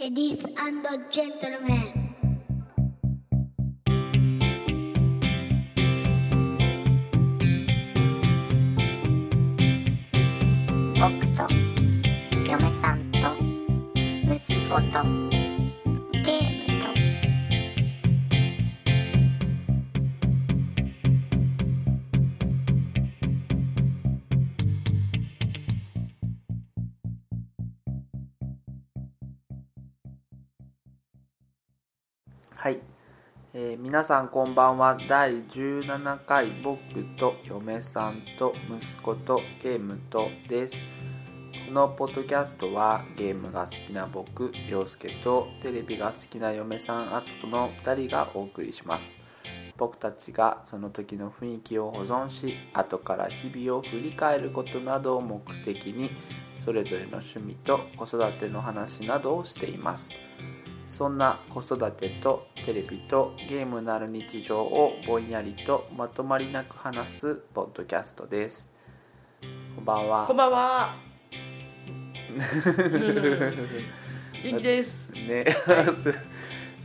Ladies and gentlemen. 僕と嫁さんと息子とゲームとはい、えー皆さんこんばんは第17回僕と嫁さんと息子とゲームとですこのポッドキャストはゲームが好きな僕陽介とテレビが好きな嫁さんあつこの2人がお送りします僕たちがその時の雰囲気を保存し後から日々を振り返ることなどを目的にそれぞれの趣味と子育ての話などをしていますそんな子育てとテレビとゲームなる日常をぼんやりとまとまりなく話すポッドキャストです。こんばんは。こんばんは。元気です。ね、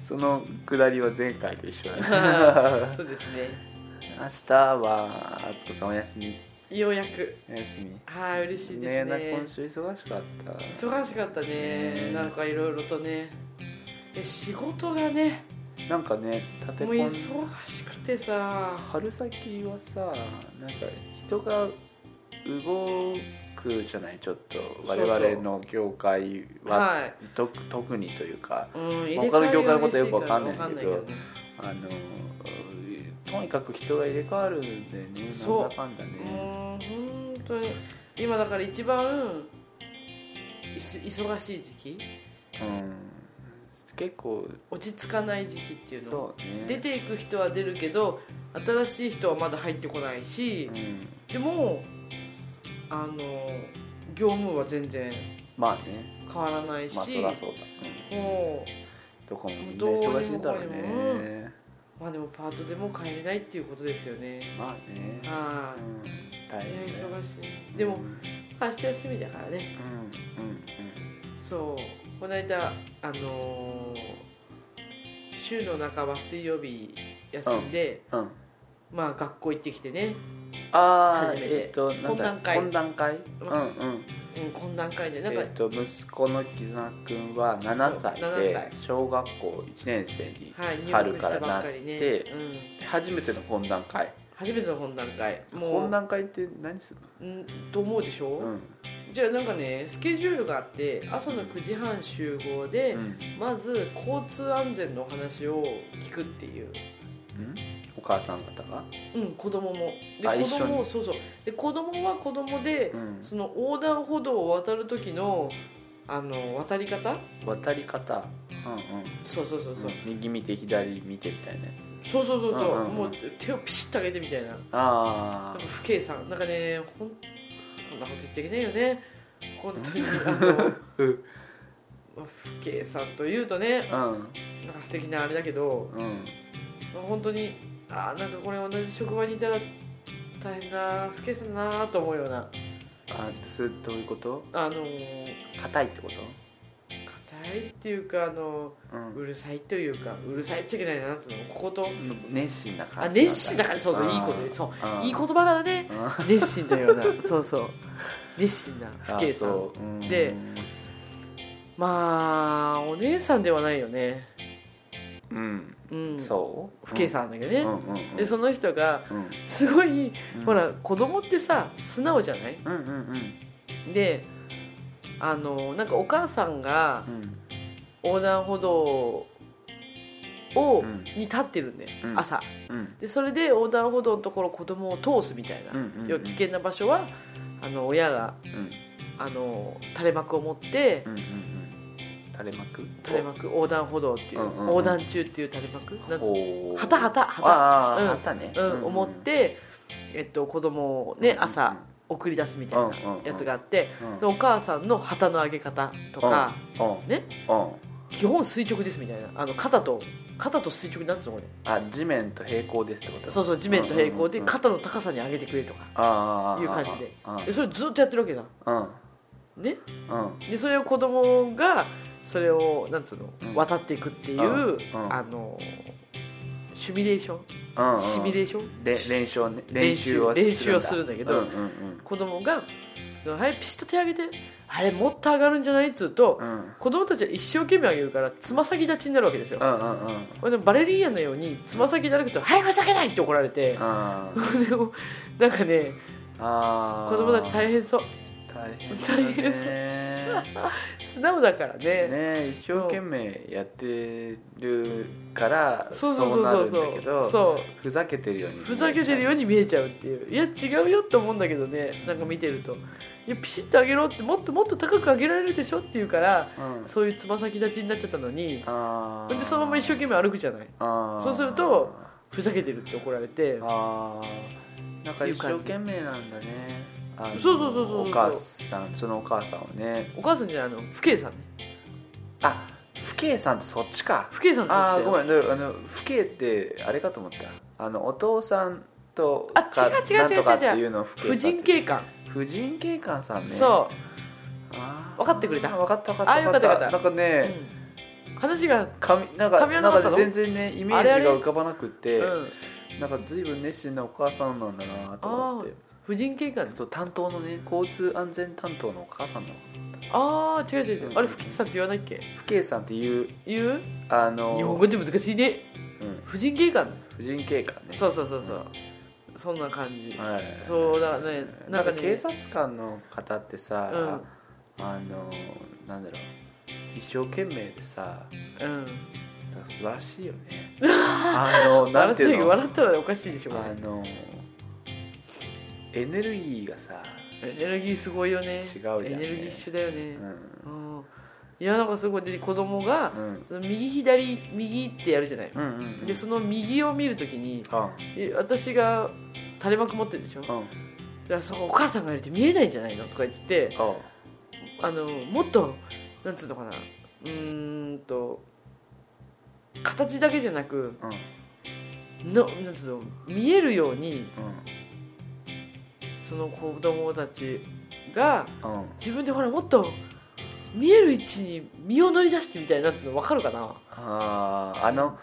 そのくだりは前回と一緒だね。そうですね。 明日はあつこさんお休み。ようやく。お休み。はい、嬉しいですなんかね今。週忙しかった。忙しかったね。なんかいろいろとね。え、仕事がね、なんかね、立てもう込忙んしくてさ。春先はさ、なんか人が動くじゃない、ちょっと我々の業界は。はい。と特にというかうん、入れ替他の業界わのりことよくわかがん激なしいらいけどわかんないあのとにかく人が入れ替わるんだよねそうなんだかんだけどねねうん、本当に。今だから一番、いす忙しい時期うん結構落ち着かない時期っていうのそうね出ていく人は出るけど新しい人はまだ入ってこないしう、んでもあの業務は全然まあね変わらないし、まあそりゃそうだ、うんもどこもみんなどうにも忙しいだろうこうにねうまあでもパートでも帰れないっていうことですよねまあね、はうん、大い、いや変だよ忙しいでうもん明日休みだからねうんそうこの間あのー週の半ば水曜日休んで、うんうんまあ学校行ってきてね、ああ初めてえっとなん懇談だ会懇談会ううんんうんうん、懇談会でなんか、えっと息子の絆くんは7歳そうで7歳小学校1年生にはい、入春学かしらなたばっってかりね、うん、初めての懇談会初めての懇談会も懇う談会って何するうんと思うでしょ、のじゃあなんかねスケジュールがあって朝の9時半集合で、うん、まず交通安全のお話を聞くっていう、うん、お母さん方が、うん、子供もであ子一緒に供をそうそうで子供は子供でう、ん、その横断歩道を渡る時のあの渡り方渡り方、うんそうそうそううんそう、うん右見て左見てみたいなやつそうそうそうそう,、うんうんうんもう手をピシッと上げてみたいなあなんかあ不敬さんなんかねほんこんなこと言っちゃいけないよね本当にあのうんまあ不敬さんというとねうんなんか素敵なあれだけど、うんまあ、本当にあーなんかこれ同じ職場にいたら大変な不敬さんだなと思うようなあそれどういうことあのー硬いってこ硬いっていうかあのと、うんうるさいというかうるさいっちゃいけないななんつうのここと熱心なあ感じ熱心だからそうそういいこと言うそういい言葉だね 熱心だようなそうそう熱心な不敬さんう、うん、でまあお姉さんではないよねうん、うんそう不敬さんだけどね、うんうんうん、でその人がうん、すごい、うんほら子供ってさ素直じゃないうんうんうんであのなんかお母さんがうん横断歩道を、うんに立ってるんだよ、うん朝うんでそれで横断歩道のところ子供を通すみたいな、うんうんうん要は危険な場所はあの親がうんあの垂れ幕を持ってうんうんうん垂れ幕垂れ幕横断歩道っていう、うんうんうん横断中っていう垂れ幕なんつうのほう旗旗旗ああ、うん旗ねうん、思って、えっと、子供をね、朝送り出すみたいなやつがあって、うんでお母さんの旗の上げ方とか、うんねうん基本垂直ですみたいなあの肩と肩と垂直になってたのこれあ地面と平行ですってことそうそう地面と平行でうんうんうん肩の高さに上げてくれとかああいう感じでああでそれずっとやってるわけだああねうんでそれを子供がそれをなんつうの、うん渡っていくっていう、うんうんあのシミュレーション、うんうんシミュレーションれ練習をね練習を練習をするんだけどうんうん子供がその「はいピシッと手上げてあれもっと上がるんじゃない?」っつうと、うんうん子供たちは一生懸命上げるからつま先立ちになるわけですよ、うんうんうんほんでバレリーナのようにつま先じゃなくて「はいふざけない!」って怒られて、あーほんでもうなんかねあ 子供たち大変変そう大変だ ね素直だからねね一生懸命やってるからそそうそううそうなそるうんだけそうどそうふざけてるように見えちゃふざけてるように見えちゃうっていういや違うよって思うんだけどねなんか見てるといやピシッと上げろってもっともっと高く上げられるでしょっていうからうんそういうつま先立ちになっちゃったのにあほーんでそのまま一生懸命歩くじゃないあーそうするとふざけてるって怒られてあーなんか一生懸命なんだねあのそうそうそうそうそうお母さんそのお母さんはねお母さんじゃないあの父兄さんねあ父兄さんってそっちか父兄さんあーごめんんであの父兄ってあれかと思ったあのお父さんとあか違う違うなんとか違う違うっていうのを父婦兄さん人警官婦人警官さんねそうあー分かってくれた分かった分あかーったよかった分よかったなんかね、うん話が髪なんか髪はなかったんのか全然ねイメーあれあジれが浮かばなくてうんなんか随分熱心なお母さんなんだなと思って婦人警官そう担当のね交通安全担当のお母さんのああ違う違う違ううんあれ父兄さんって言わないっけ父兄さんっていう言うあの日本語って難しいねうん婦人警官婦人警官ねそうそうそうそう、そんな感じ、はいそうだねななんんかかね警察官の方ってさ、あのなんだろう一生懸命でさうんなんか素晴らしいよ ねあのな笑んってちゃいいうけの笑ったらおかしいでしょこあれのエネルギーがさ、エネルギーすごいよ違ねうじゃんねエネルギッシュだようね、んうんいやなんかすごいで子供がう、ん、その右左右ってやるじゃない、うんうんうんでその右を見るときにあえ私が垂れ幕持ってるでしょ、うんうんいやそこお母さんがいるって見えないんじゃないのとか言ってああのもっとなんつうのかなうーんと形だけじゃなくうんのなんつうの見えるようにうその子供たちがんうん自分でほらもっと見える位置に身を乗り出してみたいなっての分かるかなあーあの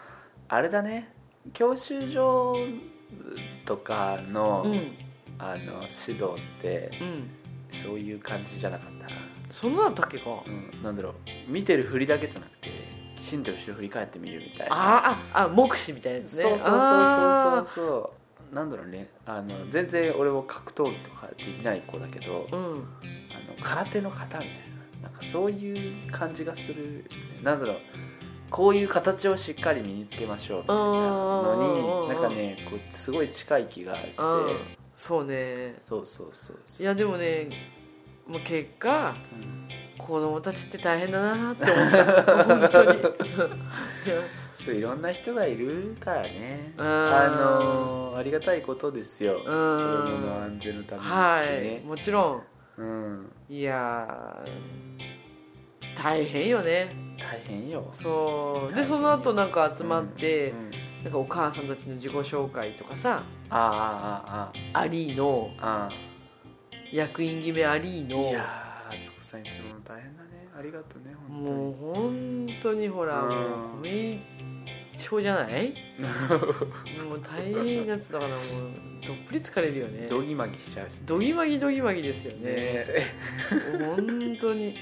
あれだね教習所とかの,、うんあの指導ってうんそういう感じじゃなかったなそんなのだっけかうん、なんだろう見てる振りだけじゃなくてきちんと後ろ振り返ってみるみたいなあーああ目視みたいなやつそうねそうそうそあうそうそうなんだろうねあの全然俺も格闘技とかできない子だけどーうんあの空手の型みたいななんかそういう感じがするよねなんだろうこういう形をしっかり身につけましょうみたいなのうにんなんかねこうすごい近い気がしてうんそうねそうそうそういそうやでもねもう結果うん子供たちって大変だなって思った本当にいやそういろんな人がいるからねうんあのーありがたいことですよう子供のん安全のためはにですいね、もちろんうん、いやー大変よね大変よそう大で変その後なんか集まって、うんうんなんかお母さんたちの自己紹介とかさあーアリーのあーあーあーあ役員決めアリーーいのやー敦子さんいつも大変だねありがとうね本当にもう本当にほらうんもう米朝じゃないもう大変なやつだからもうどっぷり疲れるよねどぎまぎしちゃうしねどぎまぎどぎまぎですよねえ本当に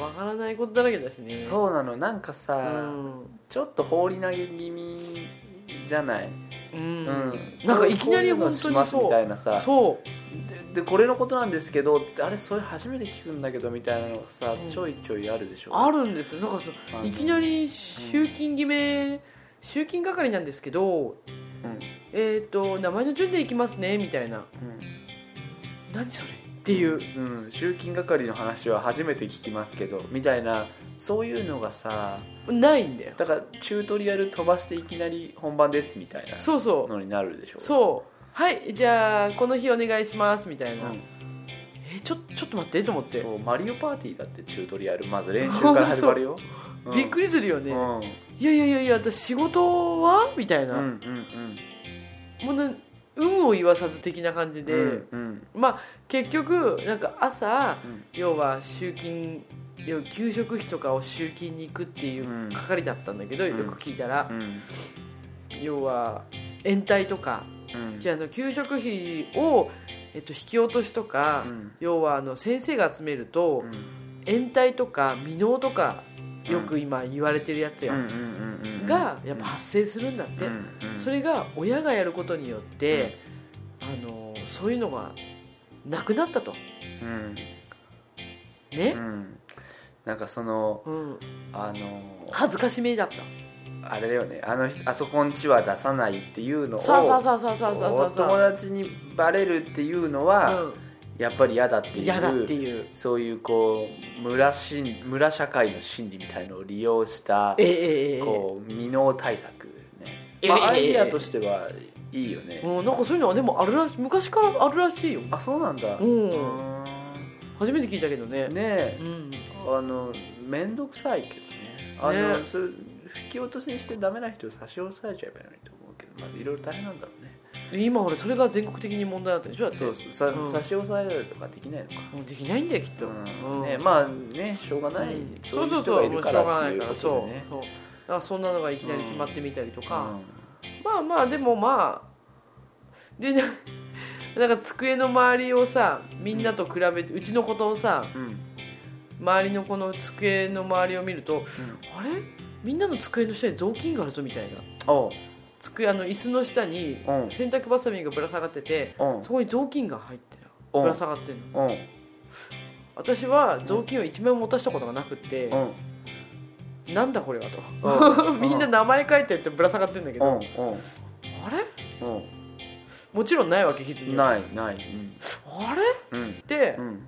わからないことだらけだしねう そうなのなんかさ、んちょっと放り投げ気味じゃない、う、うんなんかいきこなり本当にういうのしますみたいなさそででこれのことなんですけどつってあれそれ初めて聞くんだけどみたいなのがさ、うんちょいちょいあるでしうょあるんですよなんかそうあのいきなり集金決め集金係なんですけどうんえっ、と名前の順でいきますねみたいなうん何それっていう、うん、集金係の話は初めて聞きますけどみたいなそういうのがさないんだよだからチュートリアル飛ばしていきなり本番ですみたいなそうそうのになるでしょそうはいじゃあこの日お願いしますみたいな、んえちょちょっと待ってと思って、そうマリオパーティーだってチュートリアルまず練習から始まる よ、うんびっくりするよね、うんいやいやいやいや私仕事はみたいうんな、うんうんもうな有無を言わさず的な感じで、うんうんまあ結局なんか朝、うん要は集金要は給食費とかを集金に行くっていうんう係だったんだけど、んよく聞いたらう、ん要は延滞とかうんじゃああの給食費を、えっと、引き落としとか、うん要はあの先生が集めるうと、ん延滞とか未納とかよく今言われてるやつうよ、んうんうんうんがやっぱ発生するんだって、うんうんそれが親がやることによって、あのそういうのがなくなったとうんうね、んなんかそのうん、あの恥ずかしめだったあれだよねあの人あそこんちは出さないっていうのをそうそうそうそうそうおそう友達にバレるっていうのは、やっぱり嫌だってうんいう嫌だっていうそういうこう村しん村社会の心理みたいのを利用したえええええこう未納対策ね、えまえあ、アイデアとしてはいいよね、えうん、なんかそういうのはでもあるらしい昔からあるらしいよあそうなんだううんー初めて聞いたけどねんねえうんあの面倒くさいけどねあのねそれ引き落としにしてダメな人を差し押さえちゃえばいいのにと思うけどまずいろいろ大変なんだろうね今ほらそれが全国的に問題だったでしょだってそうそうさ、うん差し押さえるとかできないのかもうできないんだよきっと、うんうんね、まあねしょうがない、そういそう人そがういもるうしかょうがらっなていいうかこらとそでねうそうだからそんなのがいきなり決まってみたりとうか、んまあまあでもまあでな なんか机の周りをさみんなと比べて、うちのことをさうん周りのこの机の周りを見ると、あれみんなの机の下に雑巾があるぞみたいなおう机あの椅子の下にうん洗濯バサミがぶら下がっててうんそこに雑巾が入ってるうんぶら下がってるのうん私は雑巾を一枚も持たしたことがなくって、うんなんだこれはうと みんな名前書いてってぶら下がってるんだけうど、んあれうんもちろんないわけ必うにんないないうんあれうんで、うん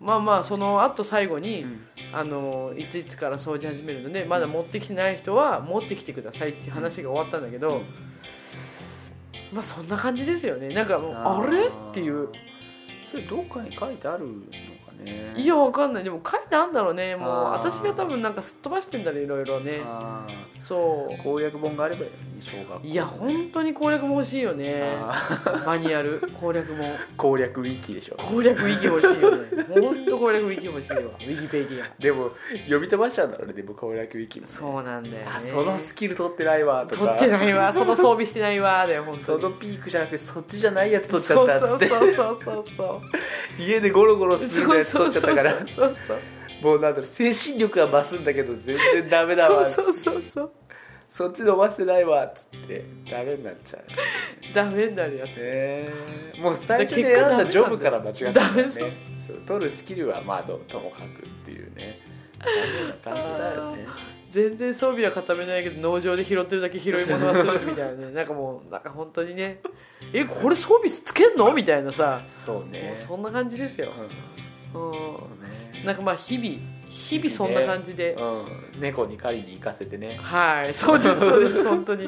まあまあその後最後に、うんあのいついつから掃除始めるのでまだ持ってきてない人は持ってきてくださいって話が終わったんだけど、まあそんな感じですよねなんかもうあーれっていうそれどっかに書いてあるのかねいやわかんないでも書いてあるんだろうねもうあー私が多分なんかすっ飛ばしてんだねいろいろねあそー攻略本があればいいのに小学ういや本当に攻略も欲しいよねあマニュアル攻略もー 攻略ウィキでしょ攻略ウィキ欲しいよね本当攻略ウィキ欲しいわウィキペディアでも呼び飛ばしちゃうんだろうねでも攻略ウィキもねそうなんだよ、ね、あそのスキル取ってないわとか取ってないわその装備してないわだよ本当そにのピークじゃなくてそっちじゃないやつ取っちゃったっつってそうそうそうそう 家でゴロゴロすそうるやつ取っちゃったからそうそうもうなんだろう精神力は増すんだけど全然ダメだわそうそうそうそうそっち伸ばしてないわっつってダメになっちゃうねダメになるやつえもう最初に選んだジョブから間違ったんダだメよそうねそう取るスキルはまあどうともかくっていうねダメな感じだよね全然装備は固めないけど農場で拾ってるだけ拾い物はするみたいなねなんかもうなんか本当にねえこれ装備つけんのみたいなさそうもうねそんな感じですよう、んうそうねん、なんかまあ日々日々そんな感じで、うん、猫に狩りに行かせてねはいそうですそうです本当に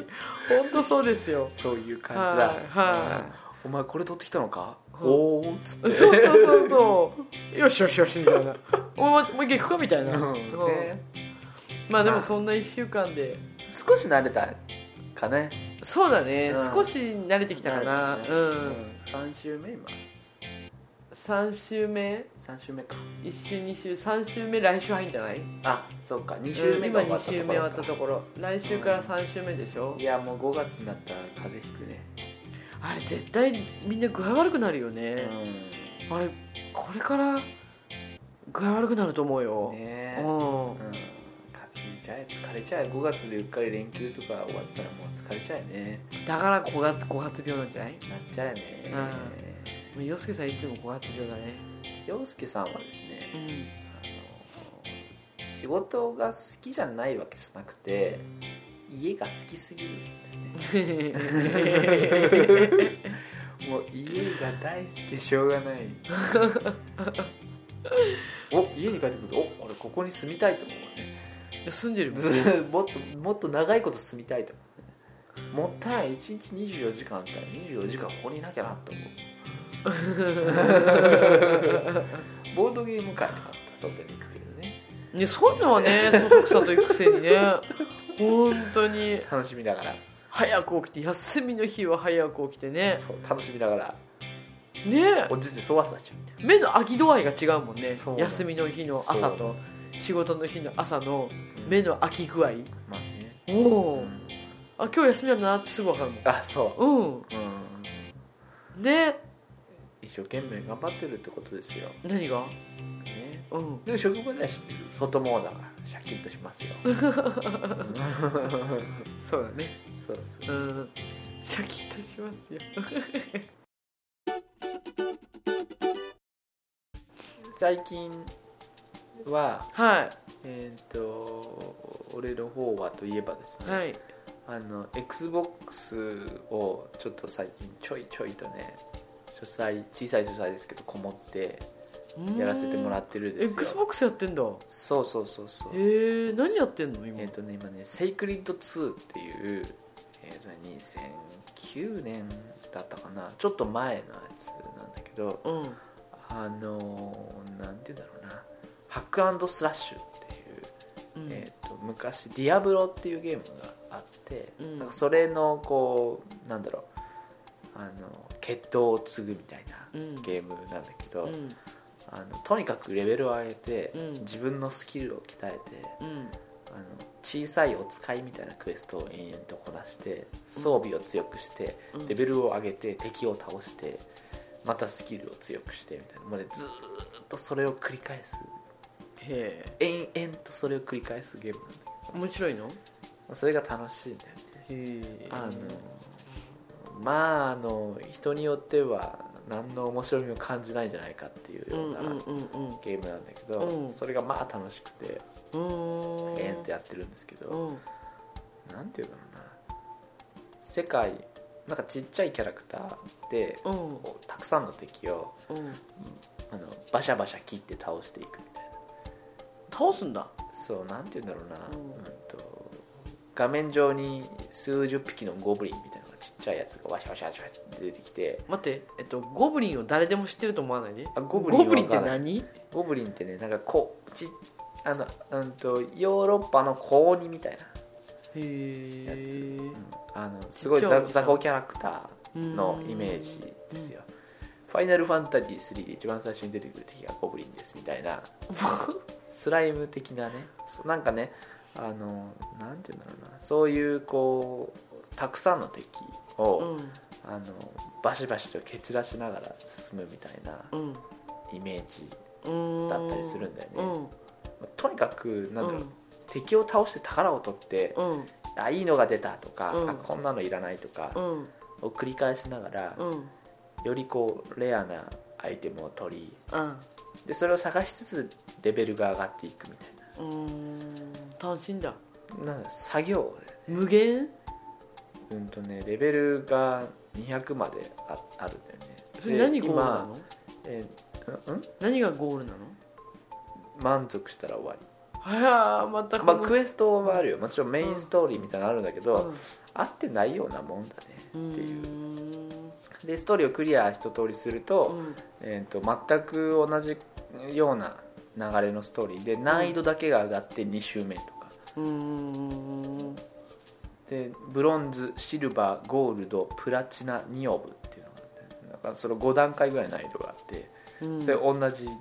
本当そうですよそういう感じだ、はいはいうんお前これ取ってきたのか、うんおおっつってそうそうそうそうよしよしよしみたいなもうもう一回行くかみたいな、うんうんねまあでもそんな1週間で少し慣れたかねそうだね、うん少し慣れてきたか慣な、れうたねん、 3週目今3週目3週目か1週2週3週目来週入んじゃないあそうか2週目今が終わったと2週目こ終ろわかったところ来週から3週目でしょ、いやもう5月になったら風邪ひくね、あれ絶対みんな具合悪くなるよね、うあれこれから具合悪くなると思うよ、んねえ、うんうん、風邪ひいちゃえ疲れちゃえ5月でうっかり連休とか終わったらもう疲れちゃえねだから5月五月病なんじゃないなっちゃえねもう洋介さんいつも5月病だね洋介さんはですね、 うあんの仕事が好きじゃないわけじゃなくて家が好きす ぎるんだよねもう家が大好きでしょうが ないお家に帰ってくるとお俺ここに住みたいと思うね住んでるもんず もっともっと長いこと住みたいと思うねもったいない1日24時間あったら24時間ここにいなきゃなと思う ボードゲーム会とかあったら外に行くけどねね、そういうのはね、そそくさと行くくせにね、本当に、楽しみだから早く起きて休みの日は早く起きてねそう楽しみながらねおじいちゃんそわそわしちゃうみたい目の開き度合いが違うもんねそうだ休みの日の朝と仕事の日の朝のな目の開き具合まあねおうおーんあ今日休みなんだなってすぐ分かるもあそんうううんんね一生懸命頑張ってるってことですよ、何がね、うんでも職場では外もだからシャキッとしますようん そうだねそううそうんシャキッとしますよ最近ははえっ、と俺の方はといえばですいね、はいあの XBOX をちょっと最近ちょいちょいとね書斎小さい書斎ですけどこもってやらせてもらっってるんてですよ XBOX やってんだそうそうそうそうへえ何やってんの今えっ、とね今ね「セイクリッド2」っていう、えーとね、2009年だったかなちょっと前のやつなんだけどうんあのーなんて言うんだろうなハックスラッシュっていう、うんえー、と昔「ディアブロ」っていうゲームがあって、うんなんかそれのこうなんだろうあの決闘を継ぐみたいなうんゲームなんだけど、うんあのとにかくレベルを上げて、うん自分のスキルを鍛えてうんあの小さいお使いみたいなクエストを延々とこなして装備を強くしてうんレベルを上げて敵を倒してまたスキルを強くしてみたいなもうねずーっとそれを繰り返すへ延々とそれを繰り返すゲームなんだえ面白いのけどそれが楽しいんだよねへえあのまああの人によっては何の面白みも感じないんじゃないかっていううようんうんなうんうんゲームなんだけど、うんそれがまあ楽しくてうーん延々とやってるんですけど、うんなんていうんだろうな世界なんかちっちゃいキャラクターでうんこうたくさんの敵をうんあのバシャバシャ切って倒していくみたい倒すんだなそうなんていうんだろうな、ううんんと画面上に数十匹のゴブリンみたいなちっちゃいやつがワシャワシャワシャって出てきて待ってえっとゴブリンを誰でも知ってると思わないであゴブリンはって何ゴブリンってねなんかこうちあのうんとヨーロッパの高鬼みたいへなやつ、えうんあのすごいちっちゃ雑いおじさん雑魚キャラクターのイメージですよ、ファイナルファンタジー3で一番最初に出てくる敵がゴブリンですみたいなスライム的なねそうなんかねあのなんて言うんだろうなそういうこうたくさんの敵うを、んあのバシバシと蹴散らしながら進むみたいなうんイメージうんだったりするんだよね、うまんあとにかくなんだろう、うん敵を倒して宝を取って、うんあいいのが出たとか、うんあこんなのいらないとかうんを繰り返しながら、うんよりこうレアなアイテムを取りうんでそれを探しつつレベルが上がっていくみたいうーん楽しいんだななんだ作業をね無限うんとねレベルが200までああるんだよねそれで何ゴールな今のえーうん何がゴールなの満足したら終わああまたり、まあ、クエストはあるよもちろんメインストーリーみたいなのあるんだけど、合ってないようなもんだねってうんいううんでストーリーをクリア一通りするうと,、んえー、と全く同じような流れのストーリーで難易度だけが上がって2周目とか、うんでブロンズシルバーゴールドプラチナニオブっていうのがあってなんかその5段階ぐらい難易度があってうんそれ同じなんだよね、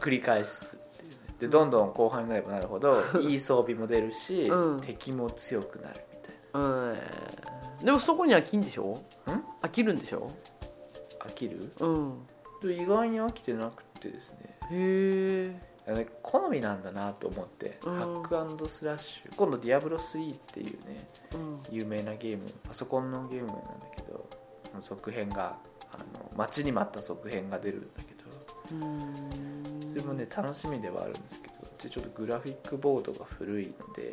繰り返すっていうねでどんどん後半になればなるほ どいい装備も出るし、うん敵も強くなるみたいうんでもそこに飽きんでしょんん飽きるんでしょな飽きるうん意外に飽きてなくてですねへえあのね好みなんだなと思って、うんハックスラッシュ今度「ディアブロ3」っていうねうん有名なゲームパソコンのゲームなんだけど続編があの待ちに待った続編が出るんだけどそれもね楽しみではあるんですけどうちちょっとグラフィックボードが古いので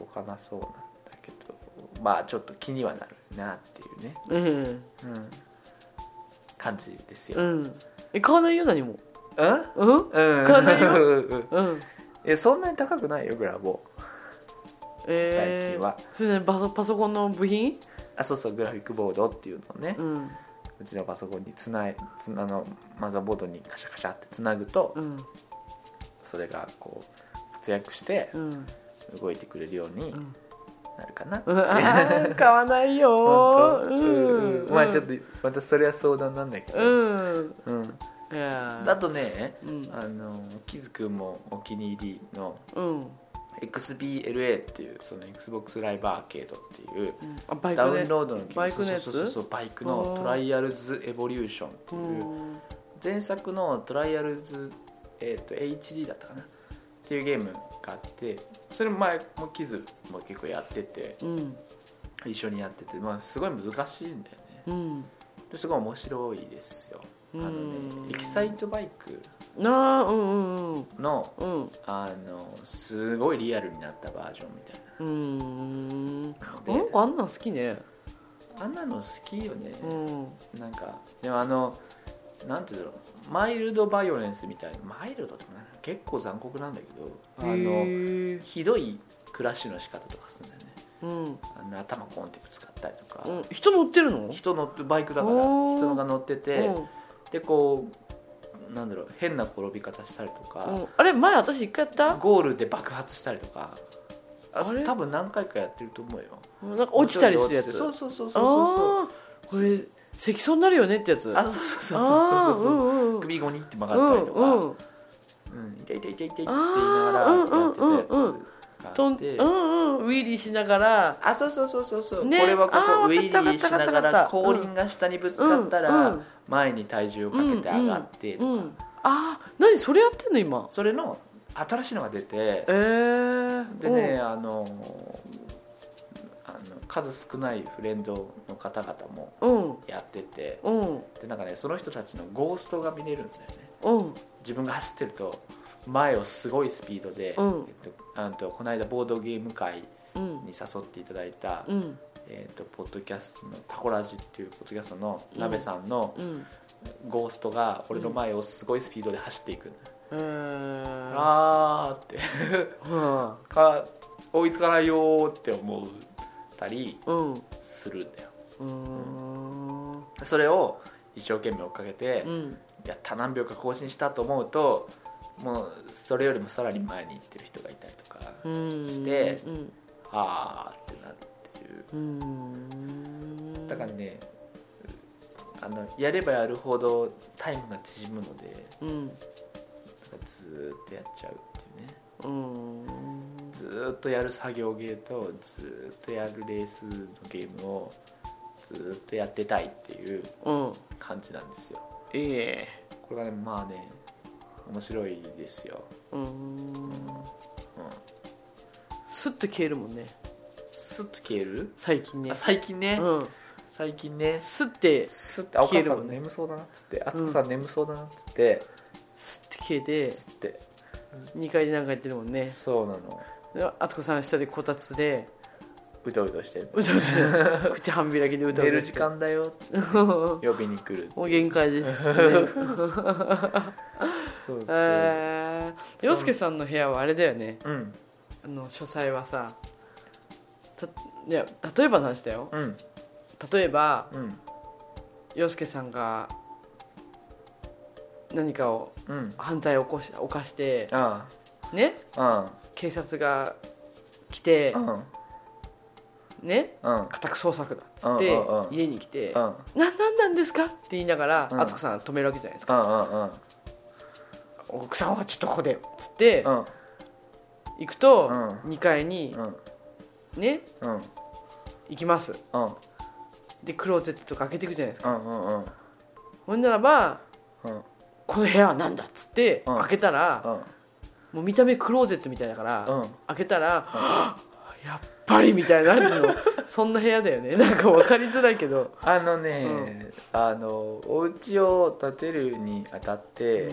動かなそうなんだけどまあちょっと気にはなるなっていうね、うんうん、感じですうよ。んえ買わないよ何もうんうんうん買わないようんうんえそんなに高くないよグラボ最えー近はそれねパソパソコンの部品あそうそうグラフィックボードっていうのをね、うんうちのパソコンにつないつあのマザーボードにカシャカシャってつなぐと、うんそれがこう活躍してうん動いてくれるように、うんなるかなうんあー買わないよ本当ーうんまあちょっとまたそれは相談なんだけど、うんうんいやーあとねうんあのキズくんもお気に入りのうん、 XBLA っていうその XBOX ライブアーケードっていうあバイクダねウンロードのゲームバイクのやつそうそうそうそうバイクのあートライアルズエボリューションってういうん前作のトライアルズ、えー、と HD だったかなっていうゲームがあってそれも前もキズも結構やっててうん一緒にやってて、まあ、すごい難しいんだよねうんですごい面白いですよあのねうんエキサイトバイクなあうんうんうんのうんあのすごいリアルになったバージョンみたいうんでなんかあんなん好きねなあんなの好きよね、うんなんかでもあのなんていうんだろうマイルドバイオレンスみたいなマイルドとかな結構残酷なんだけどあのへえひどいクラッシュの仕方とかするんだよねうんあの頭コンってぶつかったりとか、うん人乗ってるの人乗ってバイクだからおー人が乗ってて、うんでこうなんだろう変な転び方したりとうか、んあれ前私一回やったゴールで爆発したりとかああれ多分何回かやってると思うよなんか落ちたりするやつそうそうそうそうそうああこれ積層になるよねってやつあそうそうそうあそーうそうそうう、んうん首ゴニって曲うがったんりとか、うんうん、痛い痛い痛い痛いって言いなあがらーうんやってたやつがあとんっうてんうんウィリーしながらあそうそうそうそうそう、ねこれはこあーそウィリわかっーしたわかっながたわからった後輪が下にぶつうんかったうらん前に体重をかけて上がってとか、うんああ何それやってんの今それの新しいのが出てえー、でねあのあの数少ないフレンドの方々もうんやっててうんうんでなんかねその人たちのゴーストが見れるんだよねうん自分が走ってると前をすごいスピードで、うんえっと、あのこの間ボードゲーム会うんに誘っていただいた、うんえー、とポッドキャストのタコラジっていうポッドキャストの鍋さんのうんゴーストが俺の前をすごいスピードで走っていく、えー、あーってはか追いつかないよーって思ったりあうんうするんだよーんそれを一生懸命追っかけて、うんやった何秒か更新したと思うともうそれよりもさらに前に行ってる人がいたりとか、うんしてうんあーってなるっていううんだからねあのやればやるほどタイムが縮むのでうんずーっとやっちゃうっていうねうんずーっとやる作業ゲーとずーっとやるレースのゲームをずーっとやってたいっていううん感じなんですよいいえこれがねまあね面白いですよ、うんうん、スッと消えるもんねスッと消える、最近ねあ最近ね、うん最近ねスッてススッてあお母消えるさもんんね眠そうだなっつってあつこさん眠そうだなっつって、ッて消えてスッて2階でなんかやってるもんねそうなのであつこさん下でこたつでうとうとしてるうとう として口半開きでうとうとし寝てる時間だよって も呼びに来るってう限界です、 そうそう、えー、洋介さんの部屋はあれだよねうんあの書斎はさたいや例えばの話だようん例えばうん洋介さんが何かをうん犯罪を起こし犯してあねあ警察が来てうんうんねうん家宅捜索だっつってうんうんうん家に来うんて「ななんなんですか?」って言いながらうん敦子さん止めるわけじゃないですかうんうん「奥さんはちょっとここで」つってうん行くとう2階にうんねうん行きますうんでクローゼットとか開けていくじゃないですかうんうんうんほんならばうん「この部屋は何だ?」っつってうん開けたらもう見た目クローゼットみたいだからうん開けたらはぁ「やっぱり」みたいななんつうのそんな部屋だよねなんか分かりづらいけどあのね、あのお家を建てるにあたって、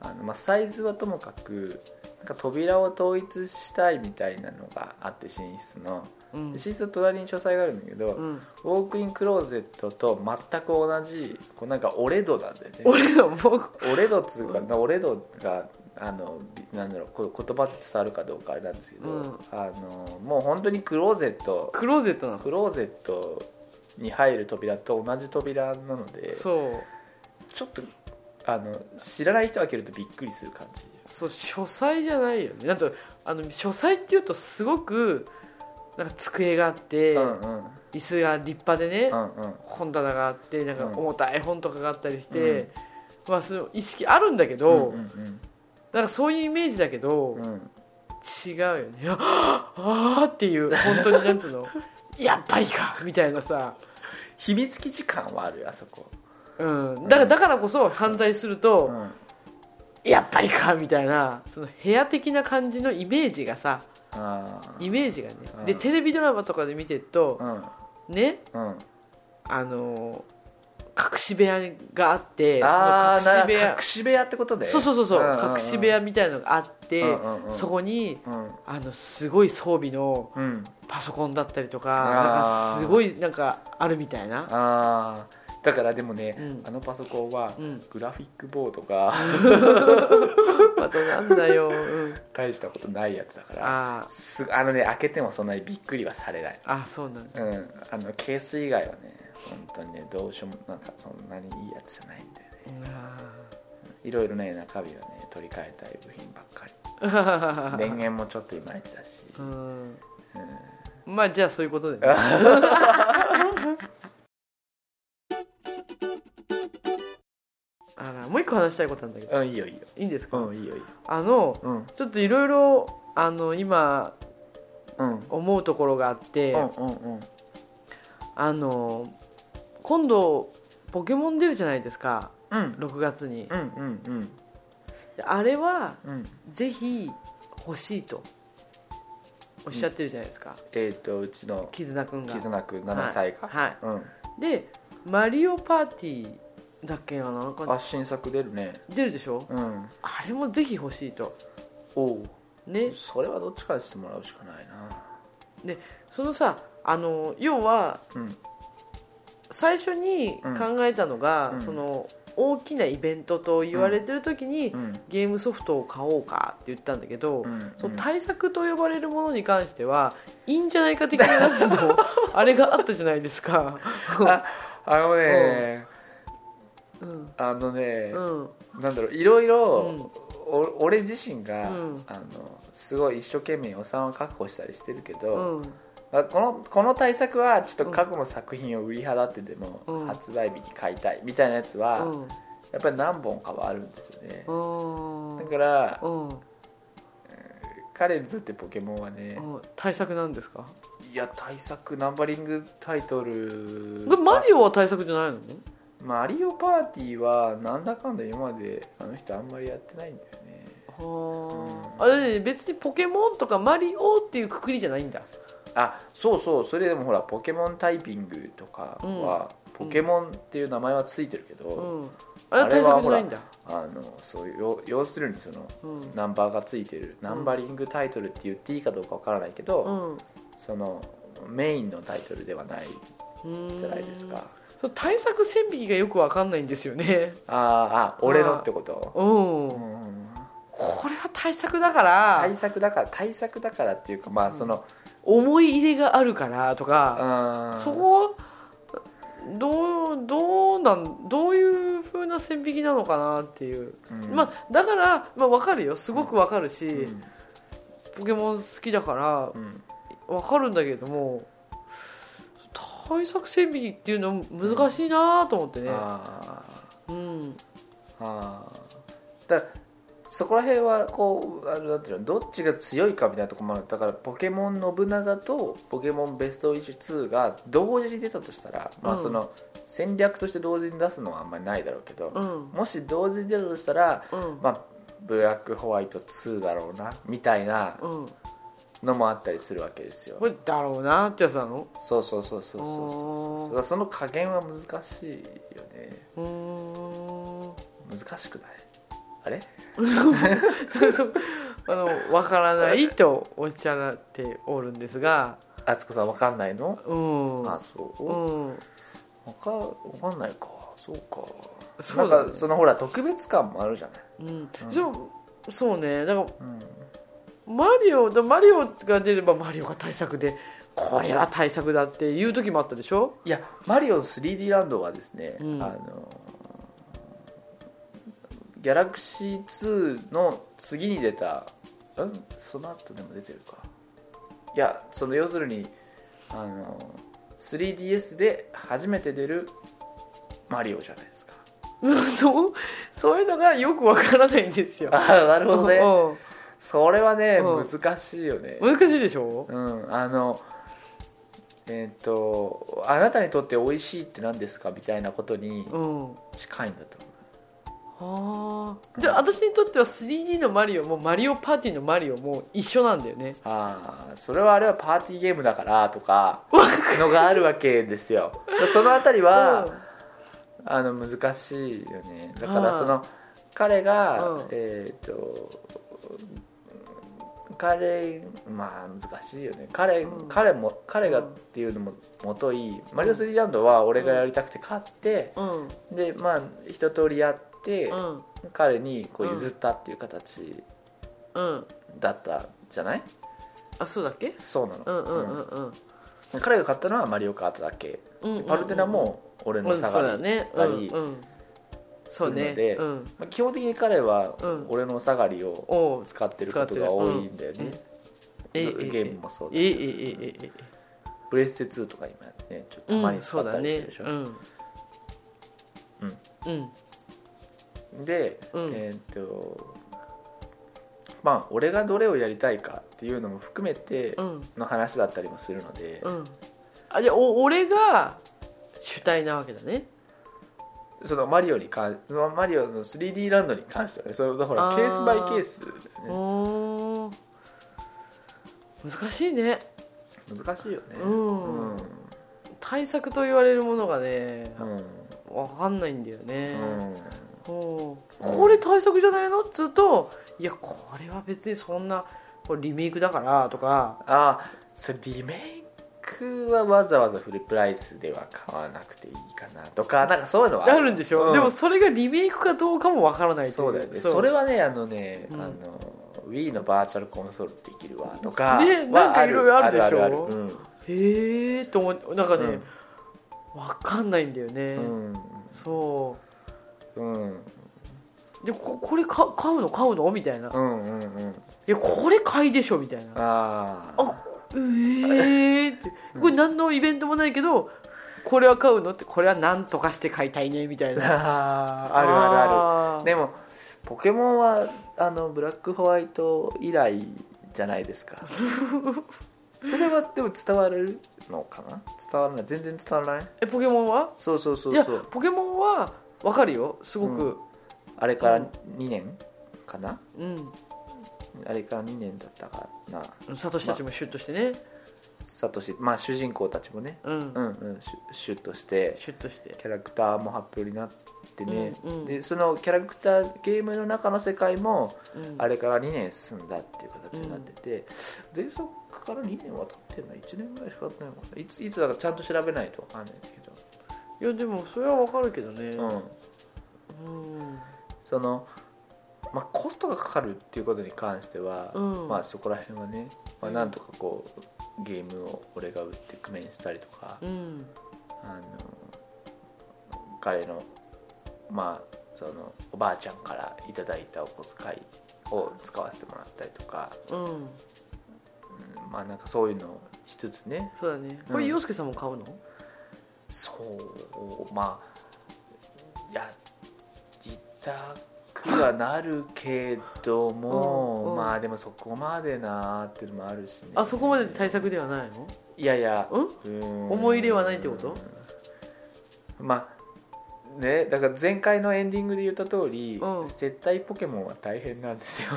あのまあ、サイズはともかくなんか扉を統一したいみたいなのがあって寝室のうんで寝室の隣に書斎があるんだけど、うウんォークインクローゼットと全く同じこうなんかオレドなんだよね俺の僕オレドっつうかなオレドがあのびなんだろうこ言葉で伝わるかどうかあれなんですけど、うんあのもう本当にクローゼットクローゼットなのクローゼットに入る扉と同じ扉なのでそうちょっとあの知らない人が開けるとびっくりする感じそう書斎じゃないよねなんとあの書斎っていうとすごくなんか机があって、うんうん椅子が立派でね、うんうん本棚があってなんかうん重たい本とかがあったりして、まあその意識あるんだけど、うんうんなんかそういうイメージだけど、うんうん違うよねああーっていう本当になんつうの やっぱりかみたいなさ、秘密基地感はあるよあそこうん、だからだからこそ犯罪すると、うんやっぱりかみたいなその部屋的な感じのイメージがさあーイメージがね、うんでテレビドラマとかで見てるとう、んねうんあのー隠し部屋があってああそのな隠し部屋隠し部屋ってことねそうそうそうそう、んんん隠し部屋みたいのがあって、うんうんうんそこにうんあのすごい装備のうんパソコンだったりとかあーなんかすごいなんかあるみたいなああだからでもね、うんあのパソコンはうんグラフィックボードがまたなんだよ、うん、 大したことないやつだから あーすあのね開けてもそんなにびっくりはされないあそうなんだうんあのケース以外はね本当にねどうしようもなんかそんなにいいやつじゃないんだよねいろいろね中身はね取り替えたい部品ばっかりあー電源もちょっといまいちだし、うんうんまあじゃあそういうことで、ね、あらもう一個話したいことなんだけどうんいいよいいよいいんですか、うんいいよいいよあのうんちょっといろいろあの今うん思うところがあって、うんうんうんあの今度ポケモン出るじゃないですかうん6月にうんうんうんあれはうんぜひ欲しいとおっしゃってるじゃないですか、えっ、とうちの絆くんが絆くん7歳が、はいはうんいでマリオパーティーだっけななんかあ新作出るね出るでしょうんあれもぜひ欲しいとおおねそれはどっちかにしてもらうしかないなそのさあの要はうん最初に考えたのが、うんその大きなイベントと言われてる時に、うんゲームソフトを買おうかって言ったんだけど、んその対策と呼ばれるものに関してはいいんじゃないか的ななんつう のあれがあったじゃないですか、あのねうんあのねう、んなんだろういろいろうん、お俺自身が、うんあのすごい一生懸命予算を確保したりしてるけうど、んまあこのこの対策はちょっと過去の作品を売り払ってでも、うん発売日に買いたいみたいなやつは、うんやっぱり何本かはあるんですよね、うんだからうん彼にとってポケモンはね、うん対策なんですかいや対策ナンバリングタイトルでマリオは対策じゃないのマリオパーティーはなんだかんだ今まであの人あんまりやってないんだよねはああれね別にポケモンとかマリオっていうくくりじゃないんだあそうそうそれでもほらポケモンタイピングとかは、うんポケモンっていう名前はついてるけど、うんあれは対策じゃないんだあのそういう要要するにそのうんナンバーがついてるナンバリングタイトルって言っていいかどうかわからないけど、うんそのメインのタイトルではないじゃないですうかんその対策線引きがよくわかんないんですよねあーあ俺のってこと、うんうんこれは対策だから対策だから対策だからっていうかまあその、思い入れがあるからとかあーそこはどうどうなんどういう風な線引きなのかなっていう、うんまあだから、まあ、分かるよすごく分かるし、うんポケモン好きだからうん分かるんだけれども対策線引きっていうの難しいなと思ってね、あうん、ーあーだそこら辺はこうあのなんていうのどっちが強いかみたいなところもあるだからポケモン信長とポケモンベストウィッシュ2が同時に出たとしたら、まあうんその戦略として同時に出すのはあんまりないだろうけど、うんもし同時に出たとしたら、うんまあ、ブラックホワイト2だろうなみたいなうんのもあったりするわけですよこれだろうなってやつなのそうそうそうそうそうそうそうその加減は難しいよねうーん難しくないあれそうあのわからないとおっしゃっておるんですがあつこさんわかんないの、うんあそううわんかわかんないかそうかそうなだんねかそのほら特別感もあるじゃない、うんでもそうねだからうん、マリオだマリオが出ればマリオが対策でこれは対策だっていう時もあったでしょいやマリオ 3D ランドはですね、うんあのギャラクシー2の次に出たんその後でも出てるかいやその要するにあの 3DS で初めて出るマリオじゃないですかそうそういうのがよくわからないんですよああなるほどねうん それはねうん難しいよね難しいでしょうんあのえっ、とあなたにとって美味しいって何ですかみたいなことにうん近いんだと思うああじゃあ私にとっては 3D のマリオもマリオパーティーのマリオも一緒なんだよねああそれはあれはパーティーゲームだからとかのがあるわけです よそのあたりは、あの難しいよねだかあらあその彼が、うんえっ、と彼まあ難しいよね彼,、うん彼も彼がっていうのももといいマリオ3ランドは俺がやりたくて買って、うんうんでまあ一通りやって、うん彼にこう譲ったっていう形うんだったじゃないあそうだっけそうなの、うんうんうんううんん彼が買ったのはマリオカートだけうんうんうんパルテナも俺の下そうがだり、ね下がりうんうんそうするねのでうんまあ、基本的に彼はうん俺の下がりをおう使ってることが多いんだよね、ええゲームもそうだええええええプレステ2とか今ねちょっとたまうにんそ使うっただりすねるでしょ、うんうんで、うんえーっとまあ俺がどれをやりたいかっていうのも含めてうんの話だったりもするので、うんあじゃあお俺が主体なわけだねそのマリオに関そのマリオの 3D ランドに関してはねそれほらあーケースバイケースだよおー難しいねね難しいよねうんうん対策と言われるものがねうんわかんないんだよね、うんおうこれ対策じゃないのっつうといやこれは別にそんなこれリメイクだからとかああそれリメイクはわざわざフルプライスでは買わなくていいかなとかなんかそういうのはあるんでしょ、うでもそれがリメイクかどうかもわからないといそうだよねそれはねあのね、うんあの Wii のバーチャルコンソールできるわとかはねなんかいろいろあるでしょあるあるうんへえと思うなんかね、わかんないんだよね、うんうそんうんうでここれか買うの買うのみたいな、いうんうんうんやこれ買いでしょみたいなあああえーってこれ何のイベントもないけどこれは買うのってこれは何とかして買いたいねみたいな あーあるあるあるーでもポケモンはあのブラックホワイト以来じゃないです かそれはでも伝わるのかな伝わらない全然伝わらないえポケモンはそうそうそうやそうポケモンはわかるよすごくあれから2年かなうん、あれから2年だったかなサトシたちもシュッとしてね、サトシまあ主人公たちもねうんうんうんシュシュッとしてシュッとしてキャラクターも発表になってね、うんうんでそのキャラクターゲームの中の世界もうんあれから2年進んだっていう形になってて、前作から2年は経ってない1年ぐらいしか経ってないのかないついつだかちゃんと調べないとわかんないんですけいやでもそれはわかるけどねど、うん、うんその、まあ、コストがかかるっていうことに関しては、うんまあ、そこら辺はね、まあ、なんとかこうゲームを俺が売って工面したりとか、うんあの彼のまあそのおばあちゃんからいただいたお小遣いを使わせてもらったりとか、うんうんまあなんかそういうのをしつつねそうだねうんこれ洋介さんも買うのそうまあやりたくはなるけども、うんうんまあでもそこまでなーっていうのもあるしねあそこまで対策ではないのいやいや うんうん思い入れはないってことまあねだから前回のエンディングで言った通り、うん接待ポケモンは大変なんですよ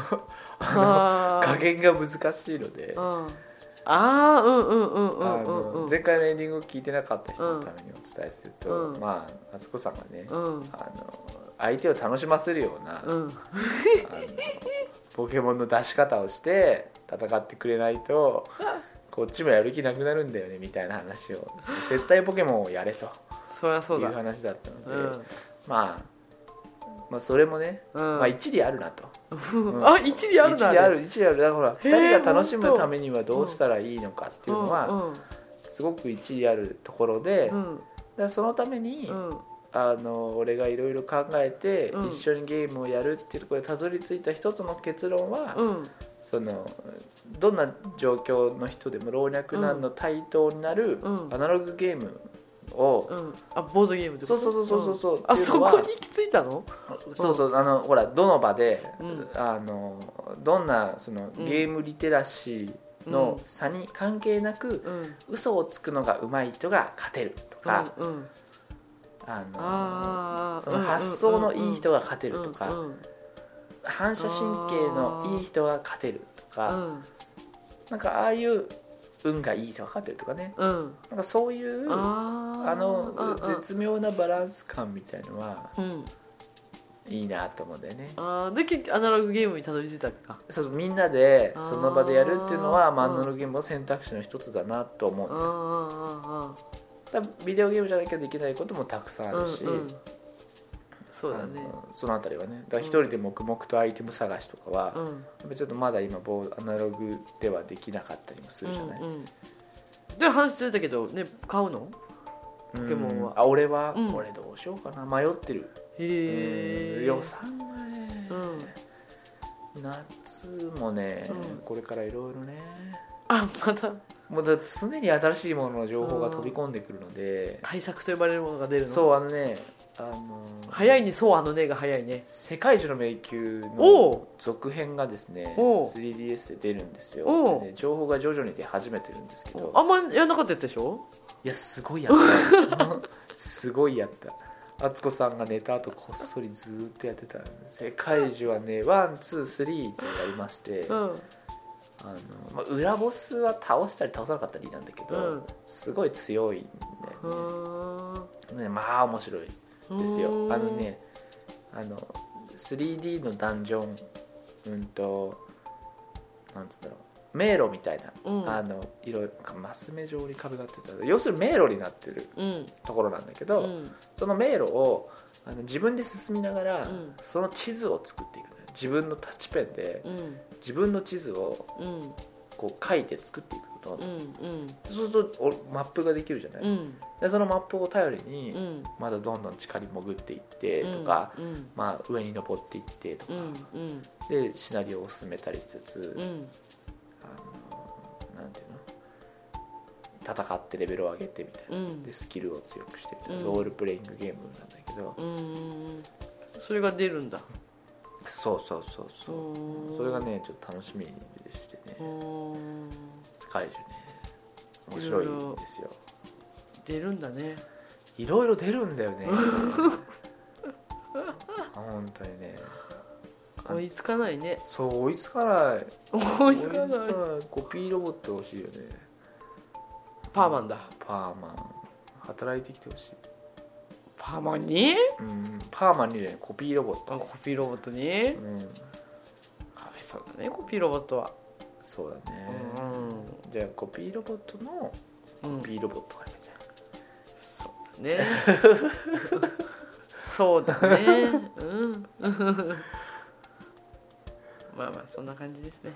あの あ加ー減が難しいので、うんあーうんうんうんうあんうんうのん前回のエンディングを聞いてなかった人のためにお伝えすると、うんまあ敦子さんがね、うんあの相手を楽しませるような、あうのんポケモンの出し方をして戦ってくれない とこっちもやる気なくなるんだよねみたいな話を接待ポケモンをやれとそりゃそういだう話だったのうで、んまあ、まあそれもね、うんまあ、一理あるなと、んあ一理ある一んだ理ある一理あるだからほら2人が楽しほんむとためにはどうしたらいいのかっていうのは、うんすごく一理あるところで、だうかんらそのために、うんうんあの俺がいろいろ考えて、うん一緒にゲームをやるっていうところでたどり着いた一つの結論は、うんそのどんな状況の人でも老若男女対等になるうんアナログゲームを、うん、あボードゲームってことそうそうそうそうそうあっていうそのはこに行き着いたのそうそうあのほらどの場で、うんあのどんなそのうんゲームリテラシーの差に関係なく、うんうん嘘をつくのが上手い人が勝てるとか、うんあのあーその発想のいい人が勝てるとか、うんうん反射神経のいい人が勝てるとうか、んなんかああいう運がいい人が勝てるとかねうんなんかそういうああーのうん絶妙なバランス感みたいのはうんうんいいなと思うんだよねあーだけどアナログゲームにたどり着いたかそうそうみんなであーその場でやるっていうのはまあアうんナログゲームの選択肢の一つだなと思ううんうんだからビデオゲームじゃなきゃできないこともたくさんあうんうるんし、うんうんそうだあねのそのあたりはねだから一人で黙々とアイテム探しとかはう、んちょっとまだ今ボーアナログではできなかったりもすうるじゃない、んうんで話してたけどね買うのポケモンはあ俺は、うん俺どうしようかな迷ってる、へうえん予算はね、うん夏もね、うんこれからいろいろねあまたもうだ常に新しいものの情報が飛び込んでくるので、対策と呼ばれるものが出るのそうあのねあの早いねそうあのねが早いね世界中の迷宮おのう続編がですねおう 3DS で出るんですよおうで情報が徐々に出始めてるんですけどあんまやんなかったやつでしょいやすごいやった すごいやった敦子さんが寝た後こっそりずーっとやってた世界中はねワンツースリーっていうのがありまして、あうのんまあ、裏ボスは倒したり倒さなかったりなんだけど、うんすごい強いんうだよーんねねまあ面白いですようーんあのねあの 3D のダンジョンうんとなんつうんだろう迷路みたいな、うんあのいろいろマス目状に壁があってた要するに迷路になってるうんところなんだけうど、んその迷路をあの自分で進みながら、うんその地図を作っていくのよ自分のタッチペンでうん自分の地図をうんこう書いて作っていくの、うんそうするとおマップができるじゃない、うんでそのマップを頼りに、うんまだどんどん地下に潜っていってとか、うんまあ、上に登っていってとかう、んうんでシナリオを進めたりしつつ、うんあのなんていうの戦ってレベルを上げてみたいな、うんでスキルを強くしてみたいな、うんロールプレイングゲームなんだけど、うんそれが出るんだそうそうそうそう、うそれがねちょっと楽しみでしてねうーん世界中ね面白いんですよ出るんだねいろいろ出るんだ よね本当にねあ追いつかないねそう追いつかない追いつかないコピーロボット欲しいよねパーマンだパーマン働いてきてほしい、パーマンにうん、パーマンにねコピーロボッあト、コピーロボットにうん、かわいそうだねコピーロボットはそうだね、うんじゃあコピーロボットのうんコピーロボットがいいんじゃない ねそうだねうん まあまあそんな感じですね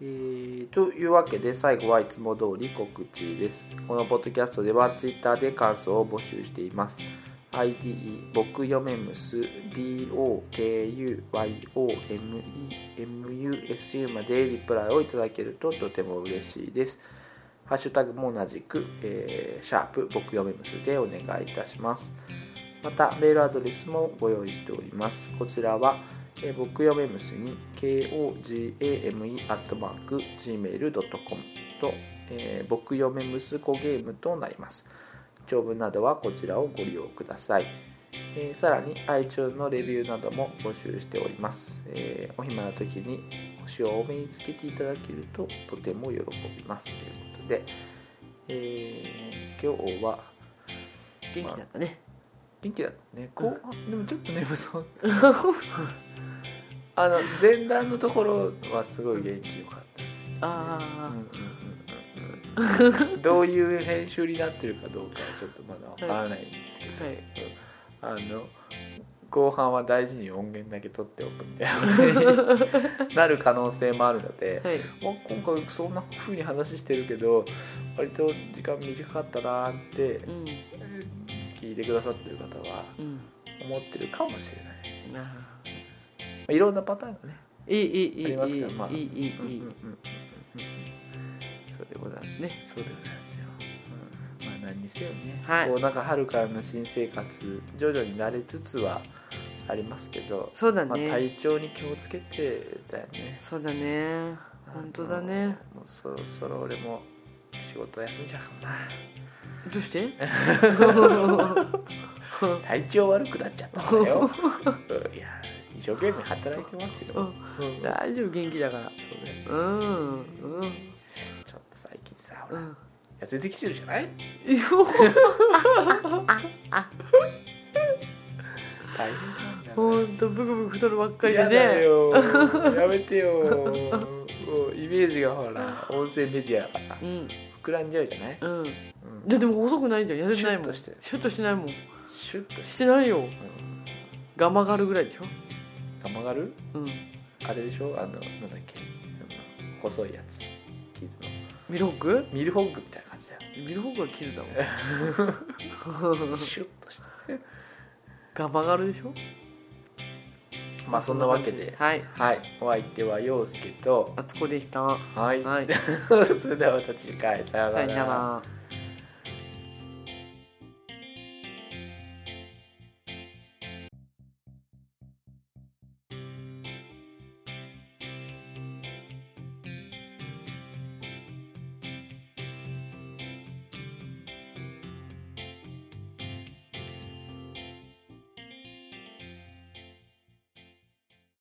えーというわけで最後はいつも通り告知ですこのポッドキャストでは Twitter で感想を募集しています ID 僕よめむす BOKUYOMEMUSU までリプライをいただけるととても嬉しいですハッシュタグも同じく、えーシャープ僕よめむすでお願いいたしますまたメールアドレスもご用意しておりますこちらは、えー僕よめむすに kogame.gmail.com と、えー僕よめむすこゲームとなります長文などはこちらをご利用ください、えーさらに iTunes のレビューなども募集しております、えーお暇な時に星を多めにつけていただけるととても喜びますということで、えー今日は元気だったね元気だったねこう、でもちょっと眠そうあの前段のところはすごい元気よかっあた、あどういう編集になってるかどうかはちょっとまだわからないんですけど、はいあの後半は大事に音源だけ取っておくみたいなことになる可能性もあるので、はいまあ今回そんな風に話してるけど割と時間短かったなーってうん聞いてくださってる方はうん思ってるかもしれないねなあいろんなパターンがねいいいいいいいいいいいいいありますからまあいうんうんいうんそうでございますねそうでございますよ、うん、まあ何にせよね、はいこうなんか春からの新生活徐々に慣れつつはありますけど、そうだまあ、ね、体調に気をつけてだよねそうだね本当だねあのもうそろそろ俺も仕事休んじゃうかどうして な体調悪くなっちゃったんだ ようんいや一生懸命働いてますよ、うんそう大丈夫元気だからねうんうんちょっと最近さほうら ん痩せてきてるじゃないいや大変なんだよほんとブクブク太るばっかりやでだねよやめてよもうイメージがほら音声メディアだからうん膨らんじゃうじゃない、うんうん、ででも細くないじゃん痩せてないもんシュッとしてるシュッとしてないもんしシュッとして、てないようん、ガマがあるぐらいでしょガマガルうんあれでしょあのなんだっけあの細いやつキズのミルホックミルフォッグみたいな感じだよミルホックは傷だもんシュッとしたガマがあるでしょまあそんなわけではいはいお相手は陽介とあつこでしたははい、 いそれではまた次回さようさなよならら